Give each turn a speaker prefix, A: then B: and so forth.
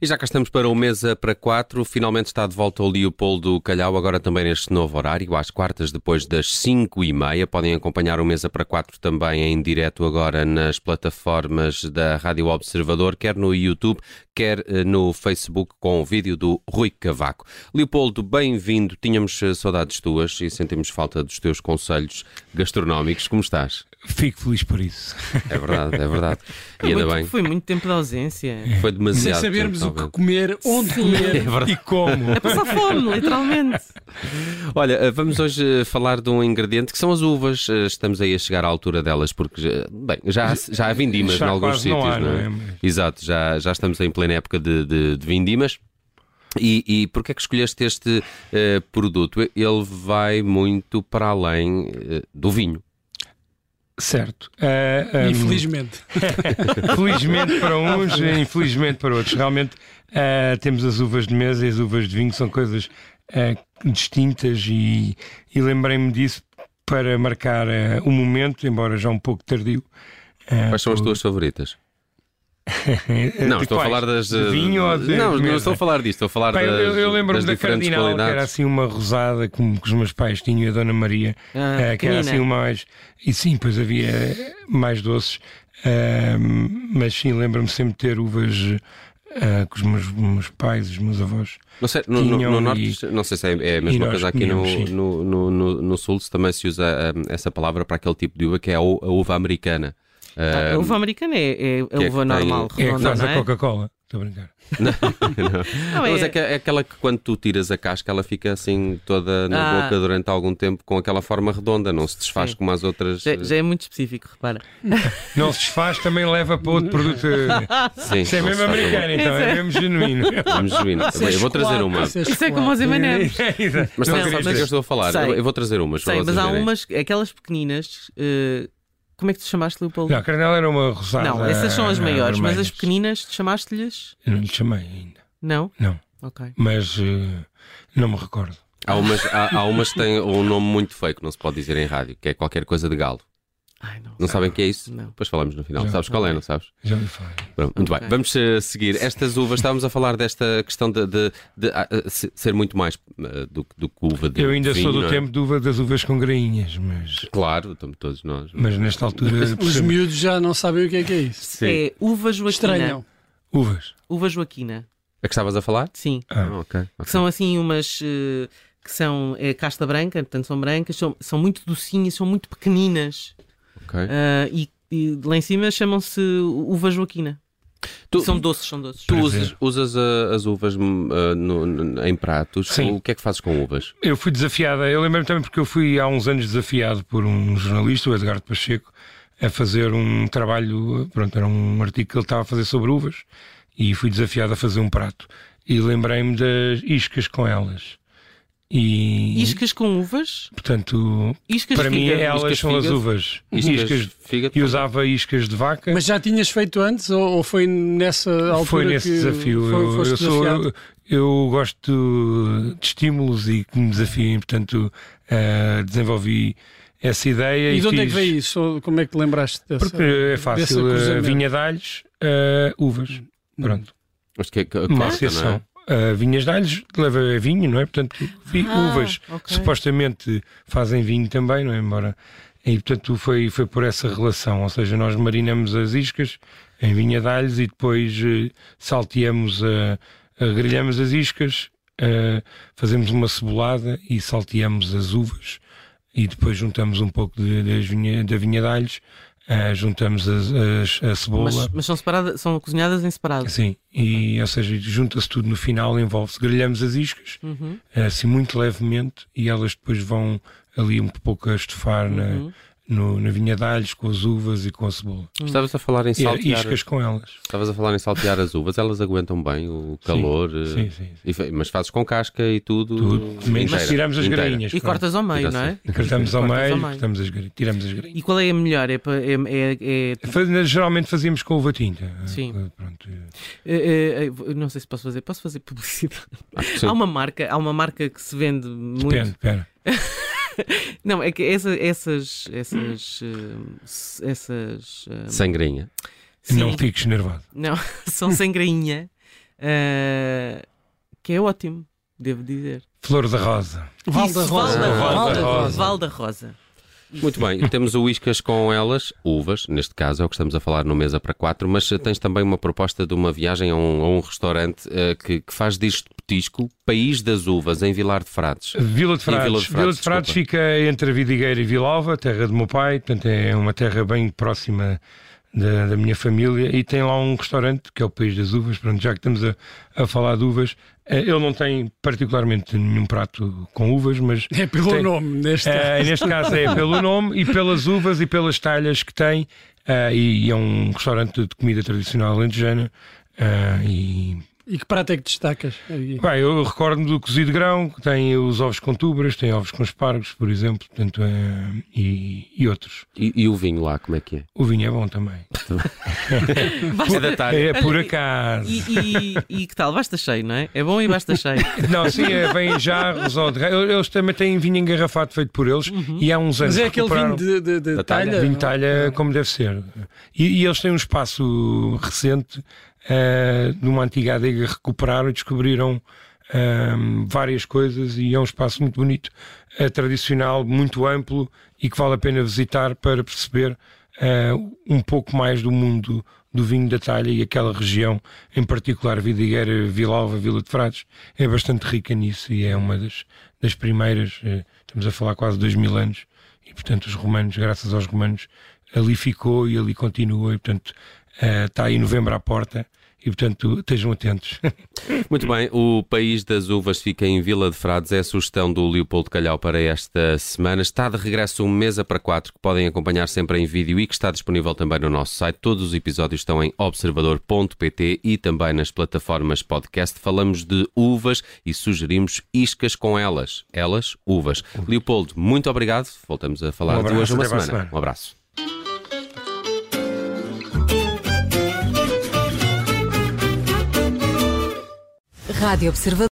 A: E já cá estamos para o Mesa para Quatro. Finalmente está de volta o Leopoldo Calhau, agora também neste novo horário, às quartas, depois das cinco e meia. Podem acompanhar o Mesa para Quatro também em direto agora nas plataformas da Rádio Observador, quer no YouTube, quer eh, no Facebook, com o vídeo do Rui Cavaco. Leopoldo, bem-vindo. Tínhamos eh, saudades tuas e sentimos falta dos teus conselhos gastronómicos. Como estás?
B: Fico feliz por isso.
A: É verdade, é verdade. E ainda
C: Muito-
A: bem.
C: Foi muito tempo de ausência.
A: Foi demasiado. tempo,
D: sabermos o que
A: talvez.
D: comer, onde comer
B: e como?
C: É passar fome, literalmente.
A: Olha, eh, vamos hoje eh, falar de um ingrediente que são as uvas. Eh, Estamos aí a chegar à altura delas, porque já- bem, já, há- já há vindimas
B: Já
A: em alguns
B: quase
A: sítios,
B: não
A: não,
B: há,
A: é?
B: não é?
A: Exato, já, já estamos em plena época de, de, de vindimas. E, e porquê é que escolheste este eh, produto? Ele vai muito para além eh, do vinho.
B: Certo. Ah, ah,
D: Infelizmente.
B: felizmente para uns, eh, infelizmente para outros. Realmente ah, temos as uvas de mesa e as uvas de vinho, são coisas ah, distintas e, e lembrei-me disso para marcar ah, o momento, embora já um pouco tardio. Ah,
A: Quais são as
B: por-
A: tuas favoritas?
B: eh,
A: Não,
B: de
A: estou a
B: quais?
A: falar das. eh,
B: De vinho ou de
A: Não, não
B: mesa?
A: estou a falar disto, estou a falar
B: Pá, eu-
A: das,
B: eu, eu
A: das
B: lembro-me da
A: diferentes
B: Cardinal, que era
A: qualidades.
B: assim uma rosada como que os meus pais tinham e a Dona Maria,
C: Ah,
B: eh, que era
C: pequenina.
B: assim uma mais. E sim, pois havia eh, mais doces, ah, mas sim, lembro-me sempre de ter uvas ah, que os meus, meus pais, os meus avós.
A: Não sei, no, no-
B: Tinham
A: no
B: e-
A: norte, não sei se é a
B: e
A: mesma
B: nós
A: coisa aqui no,
B: comíamos, sim.
A: no, no, no- no sul, se também se usa hum, essa palavra para aquele tipo de uva que é a, u- a uva americana. Ah,
C: A uva americana é, é
A: é
C: a
A: que
C: uva
A: tem- É
C: normal,
B: É a que
C: redonda,
B: faz
C: não
B: a
C: é?
B: Coca-Cola. Estou a brincar.
C: Não, é-
A: Mas é, que- é aquela que quando tu tiras a casca ela fica assim toda na
C: Ah.
A: boca durante algum tempo com aquela forma redonda, não se desfaz
C: Sim.
A: como as outras.
C: já, já é muito específico, repara.
B: Não se desfaz, também leva para outro produto. eh,
A: Sim,
B: Isso é
A: não se
B: mesmo
A: faz
B: americano, então, é mesmo genuíno.
A: como- Vamos genuíno. Bem, eu vou trazer uma.
C: Isso é como os M&M's.
A: Mas
C: Não,
A: sabes sabes o que
C: mas-
A: eu estou a falar?
C: sei.
A: Eu, eu vou trazer umas. para
C: Sei, mas
A: vocês
C: há
A: verem.
C: umas, aquelas pequeninas. eh, como é que te chamaste, Leopoldo?
B: Não, a Cardinal era uma rosada.
C: Não, essas são as
B: eh,
C: maiores, mas as
B: vermelhas.
C: pequeninas, te chamaste-lhes?
B: Eu não lhe chamei ainda.
C: Não?
B: Não.
C: Ok.
B: mas eh, não me recordo.
A: Há umas, há, há umas que têm um nome muito feio que não se pode dizer em rádio, que é qualquer coisa de galo.
C: Ai, não.
A: Não sabem o que é isso?
C: Não.
A: Depois falamos no final.
B: Ah. Já.
A: Sabes qual é, não sabes?
B: Já me falei.
A: Pronto, muito
C: Ok.
A: bem, vamos eh, seguir. Estas uvas, estávamos a falar desta questão de, de- de, ah, eh, se- ser muito mais eh, do, que- do que uva de
B: Eu ainda
A: vinho,
B: sou do
A: não é?
B: tempo de uva- das uvas com grainhas, mas,
A: Claro, estamos todos nós.
B: mas nesta altura
D: Os
B: percebo.
D: miúdos já não sabem o que é que é isso.
A: Sim.
C: É uva joaquina.
D: Estranham.
B: uvas.
C: Uva joaquina,
A: A que estavas a falar?
C: sim.
B: Ah.
A: ok.
C: que são assim umas eh, que são eh, casta branca, portanto são brancas, são, são muito docinhas, são muito pequeninas
A: ok.
C: ah, e, e lá em cima chamam-se uva joaquina.
A: Tu,
C: São doces, são doces.
A: tu
B: Prazer.
A: usas, usas, ah, as uvas hum, ah, no- no- em pratos.
B: Sim.
A: O que é que fazes com uvas?
B: Eu fui desafiada, eu lembro-me também porque eu fui há uns anos desafiado por um jornalista, o Edgardo Pacheco, a fazer um trabalho, pronto, era um artigo que ele estava a fazer sobre uvas e fui desafiado a fazer um prato. E lembrei-me das iscas com elas. E,
C: Iscas com uvas,
B: portanto,
C: iscas
B: para
A: é
B: mim
C: fica-
B: elas
A: Iscas
B: são as
A: fígado?
B: uvas.
A: Iscas,
B: Iscas,
A: fígado?
B: e usava iscas de vaca.
D: Mas já tinhas feito antes ou, ou foi nessa altura
B: Foi nesse
D: que
B: desafio.
D: foi-
B: eu,
D: foste
B: eu sou-
D: desafiado?
B: eu gosto de estímulos e que me desafiem, portanto, eh, desenvolvi essa ideia.
D: E de onde é que
B: fiz-
D: veio isso? Ou Como é que te lembraste dessa?
B: Porque é
D: desse
B: fácil. eh,
D: cruzamento? Hum,
B: vinha de alhos, eh, uvas. Pronto.
A: Mas que, que,
B: Uma
A: costa, não
B: associação.
A: é?
B: Eh, vinhas de alhos leva vinho, não é? Portanto, vi-
C: Ah,
B: uvas
C: ok.
B: supostamente fazem vinho também, não é? Embora. E portanto foi, foi por essa relação, ou seja, nós marinamos as iscas em vinha de alhos e depois eh, salteamos, a, a- grelhamos as iscas, eh, fazemos uma cebolada e salteamos as uvas e depois juntamos um pouco de, das vinha, da vinha de alhos, eh, juntamos as, as- a cebola.
C: mas, mas são separadas, são cozinhadas em separado.
B: Sim,
C: Uhum.
B: e ou seja, junta-se tudo no final, envolve-se, grelhamos as iscas,
C: Uhum,
B: assim muito levemente, e elas depois vão ali um pouco a estufar
C: Uhum.
B: na, no- na vinha de alhos, com as uvas e com a cebola.
A: Estavas a falar em
B: E
A: saltear.
B: iscas com elas.
A: Estavas a falar em saltear as uvas, elas aguentam bem o calor. eh,
B: Sim, sim. sim.
A: E fa- mas fazes com casca e tudo.
B: Tudo. Menos
A: inteira,
B: tiramos as
A: inteira.
B: grainhas.
C: E cortas ao meio,
A: Fica
C: não é?
A: assim.
B: Cortamos ao
C: Cortas ao
B: meio,
C: meio.
B: cortamos as grainhas, tiramos as grainhas.
C: E qual é a melhor? É, pa- é, é- é-
B: Faz- Geralmente fazíamos com uva tinta.
C: Sim.
B: Pronto. eh,
C: é- é- é- não sei se posso fazer, posso fazer publicidade.
A: Ah, sim.
C: Há uma marca, há uma marca que se vende muito.
B: Depende, pera.
C: Não, é que essa- essas. Essas. hum, s- essas. hum,
A: Sangrinha.
C: sim,
B: Não fiques nervoso.
C: não, são sem grainha. eh, que é ótimo, devo dizer.
B: Flor da Rosa.
D: Val
C: Isso,
D: da Rosa.
C: Val da
B: Val da
C: Rosa.
B: Rosa.
C: Val da Rosa.
A: Muito bem, temos o Iscas com elas, uvas, neste caso é o que estamos a falar no Mesa para Quatro, mas eh, tens também uma proposta de uma viagem a um, a um restaurante eh, que, que faz disto petisco, País das Uvas, em Vilar de Frades.
B: Vila de Frades.
A: Vila
B: Vila
A: de
B: de
A: Frades,
B: Frades, fica entre Vidigueira e Vilalva, terra do meu pai, portanto é uma terra bem próxima da, da minha família e tem lá um restaurante que é o País das Uvas, pronto, já que estamos a, a falar de uvas, eh, ele não tem particularmente nenhum prato com uvas, mas
D: É pelo
B: Tem-
D: nome deste.
B: Eh, neste caso é pelo nome e pelas uvas e pelas talhas que tem. eh, e é um restaurante de comida tradicional alentejana. eh, e...
D: E que prato é que destacas? Aí.
B: Bem, eu recordo-me do cozido de grão, que tem os ovos com tubras, tem ovos com espargos, por exemplo, portanto, eh, e, e outros.
A: E, e o vinho lá, como é que é?
B: O vinho é bom também.
A: É da
D: Tá.
A: tarde.
B: É por acaso.
C: E, e- e que tal? Basta cheio, não é? É bom e basta cheio.
B: Não, sim, é, vem em jarros ou de... Eles também têm vinho engarrafado feito por eles e há uns anos
D: Mas é aquele
B: recuperaram-
D: vinho de, de- de
A: Da talha?
D: talha?
B: Vinho talha como deve ser. E, e eles têm um espaço recente eh, de uma antiga adega, recuperaram e descobriram ehm, várias coisas e é um espaço muito bonito, eh, tradicional, muito amplo e que vale a pena visitar para perceber eh, um pouco mais do mundo do vinho da talha e aquela região, em particular Vidigueira, Vilalva, Vila de Frades, é bastante rica nisso e é uma das, das primeiras, eh, estamos a falar quase dois mil anos, e portanto os romanos, graças aos romanos, ali ficou e ali continua, e portanto eh, está aí novembro à porta, e portanto estejam atentos.
A: Muito bem, o País das Uvas fica em Vila de Frades, é a sugestão do Leopoldo Calhau para esta semana. Está de regresso um Mesa para Quatro, que podem acompanhar sempre em vídeo e que está disponível também no nosso site. Todos os episódios estão em observador.pt e também nas plataformas podcast. Falamos de uvas e sugerimos iscas com elas. Elas, uvas. Leopoldo, muito obrigado. Voltamos a falar
B: Um
A: de
B: abraço,
A: hoje uma
B: até para a
A: semana.
B: semana.
A: Um abraço.
E: Rádio Observador.